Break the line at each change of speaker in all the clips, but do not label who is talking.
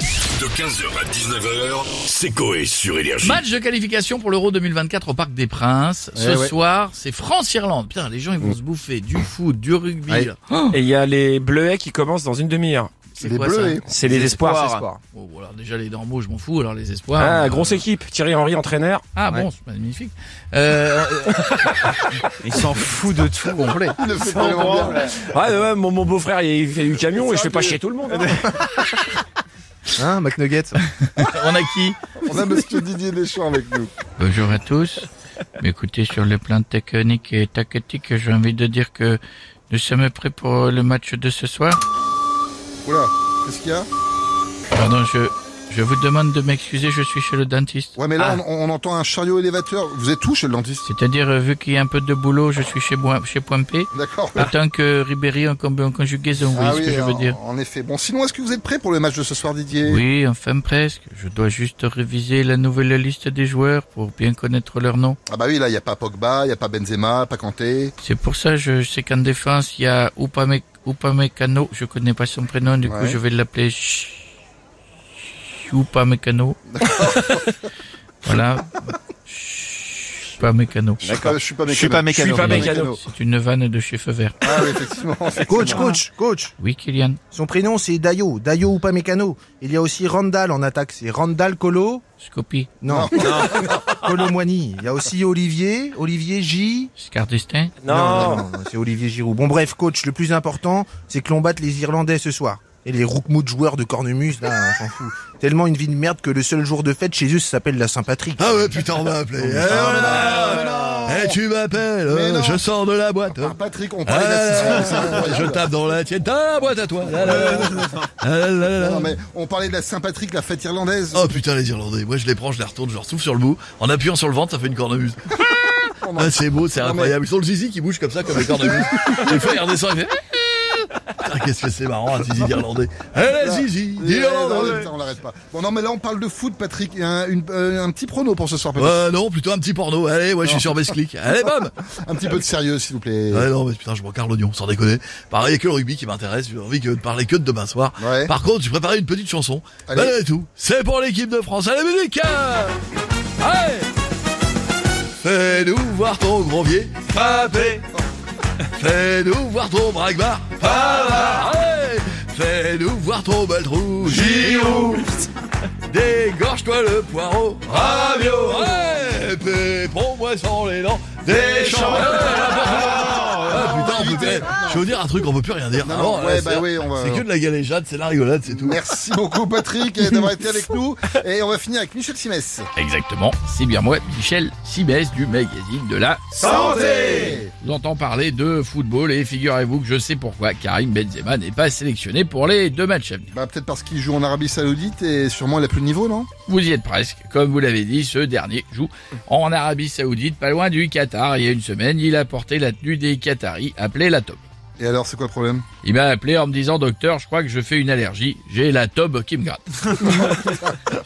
De 15h à 19h, c'est Coé sur Énergie.
Match de qualification pour l'Euro 2024 au Parc des Princes. Ce
Eh ouais. Mm.
soir, c'est France-Irlande. Putain, les gens, ils vont se bouffer du foot, du rugby.
Ouais.
Oh,
Et il y a les bleuets qui commencent dans une demi-heure.
c'est
Les
quoi
Bleus,
ça
C'est les espoirs.
Oh, bon, alors déjà, les normaux, je m'en fous. Alors, les espoirs.
Ah,
euh,
grosse équipe. Thierry Henry entraîneur.
Ah, bon, c'est magnifique. Euh, euh,
Il s'en fout de tout, complet.
Il le fait tellement bien.
Ah, Ouais, ouais, mon, mon beau-frère, il fait du camion et je fais pas chier tout le monde. hein.
Hein, McNugget
on a qui
On a monsieur Didier Deschamps avec nous.
Bonjour à tous. Écoutez, sur le plan technique et tactique, j'ai envie de dire que nous sommes prêts pour le match de ce soir.
Oula, qu'est-ce qu'il y a
Pardon, je, je vous demande de m'excuser, je suis chez le dentiste.
Ouais, mais là, on, on entend un chariot élévateur. Vous êtes où chez le dentiste
C'est-à-dire, euh, vu qu'il y a un peu de boulot, je suis chez, moi, chez Point P.
D'accord. Ah
Autant que Ribéry en, com- en conjugaison, vous voyez Ah, ce que je veux
en,
dire.
en effet. Bon, sinon, est-ce que vous êtes prêt pour le match de ce soir, Didier
Oui, enfin presque. Je dois juste réviser la nouvelle liste des joueurs pour bien connaître leurs noms.
Ah bah oui, là, il y a pas Pogba, il y a pas Benzema, pas Kanté.
C'est pour ça, je sais qu'en défense, il y a Upame- Upamecano. Je connais pas son prénom, du coup,
Ouais.
je vais l'appeler Ch- Upamecano. voilà. Ch- Upamecano.
Je suis pas, je suis pas
Je suis pas
mécano.
mécano.
Je suis pas
Mais
mécano.
C'est une vanne de chef vert.
Ah oui, effectivement.
Coach, coach, coach.
Oui, Kylian.
Son prénom c'est Dayo, Dayo ou pas Mécano. Il y a aussi Randall en attaque, c'est Randall Colo.
Scopi.
Non. Colo Moigny. Il y a aussi Olivier, Olivier J.
Scardestin.
Non.
non, non, c'est Olivier Giroud. Bon bref, coach, le plus important, c'est que l'on batte les Irlandais ce soir. Et les roukmous de joueurs de Cornemuse, là, on s'en fout. Tellement une vie de merde que le seul jour de fête chez eux, ça s'appelle la Saint-Patrick.
Ah ouais, putain, on m'a appelé. Eh, voilà. Eh, tu m'appelles.
Mais
euh,
non.
je sors de la boîte.
Par Patrick, on
Ah
parlait
là là,
d'assistance.
je tape dans la tienne. T'as la Bah, boîte à toi. Ah là là là là. Ah là là là là.
Non, mais on parlait de la Saint-Patrick, la fête irlandaise.
Oh putain les Irlandais, moi je les prends, je les retourne, je leur souffle sur le bout, en appuyant sur le ventre ça fait une cornemuse. Ah, c'est beau, c'est incroyable. Ils ont le zizi qui bouge comme ça comme les cornemuses. Des fois il redescend et fait... Putain, Qu'est-ce que c'est marrant un zizi d'Irlandais. Allez zizi
Eh, non,
d'Irlandais
mais putain, on l'arrête pas. Bon, non, mais là, on parle de foot, Patrick. Et Un, une- euh, un petit prono pour ce soir, Patrick.
Ouais non, plutôt un petit porno. Allez, ouais je suis sur Besclic. Allez bam
Un petit peu de sérieux, s'il vous plaît.
Ouais, non, mais putain, je m'encarre l'oignon, sans déconner. Pareil, il y a que le rugby qui m'intéresse, j'ai envie que de parler que de demain soir.
Ouais.
Par contre, j'ai préparé une petite chanson.
Allez.
Voilà tout. C'est pour l'équipe de France. Allez, musique hein. Allez Fais-nous voir ton granvier Papé Fais-nous voir ton braquemar Pavard Allez Fais-nous voir ton bel trou Giroud Dégorge-toi le poireau Ravio Ouais Pépon-moi sans les dents Deschamps Ouais, Ah putain, on peut plus- Je veux dire un truc, on peut plus rien dire.
Non,
Avant,
non,
là,
ouais,
Ah c'est-
bah oui, on va-
C'est que de la galéjade, c'est de la rigolade, c'est tout.
Merci beaucoup, Patrick, eh, d'avoir été avec nous. Et on va finir avec Michel Simès.
Exactement, c'est bien moi, Michel Sibès du magazine de la
Santé
Vous entend parler de football et figurez-vous que je sais pourquoi Karim Benzema n'est pas sélectionné pour les deux matchs à venir.
Bah, peut-être parce qu'il joue en Arabie Saoudite et sûrement il a plus de niveau, non
Vous y êtes presque. Comme vous l'avez dit, ce dernier joue en Arabie Saoudite, pas loin du Qatar. Il y a une semaine, il a porté la tenue des Qataris, appelée la tobe.
Et alors, c'est quoi le problème
Il m'a appelé en me disant, docteur, je crois que je fais une allergie. J'ai la tobe qui me gratte.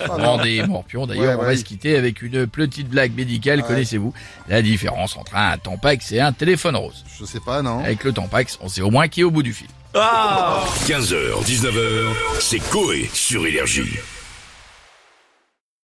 Bon, des morpions, d'ailleurs,
Ouais,
on
ouais,
va
oui.
se quitter avec une petite blague médicale. Connaissez-vous la différence entre un Tampax et un téléphone rose?
Je sais pas, non
Avec le Tampax, on sait au moins qui est au bout du fil.
Heures, 19h, c'est Coé sur Énergie.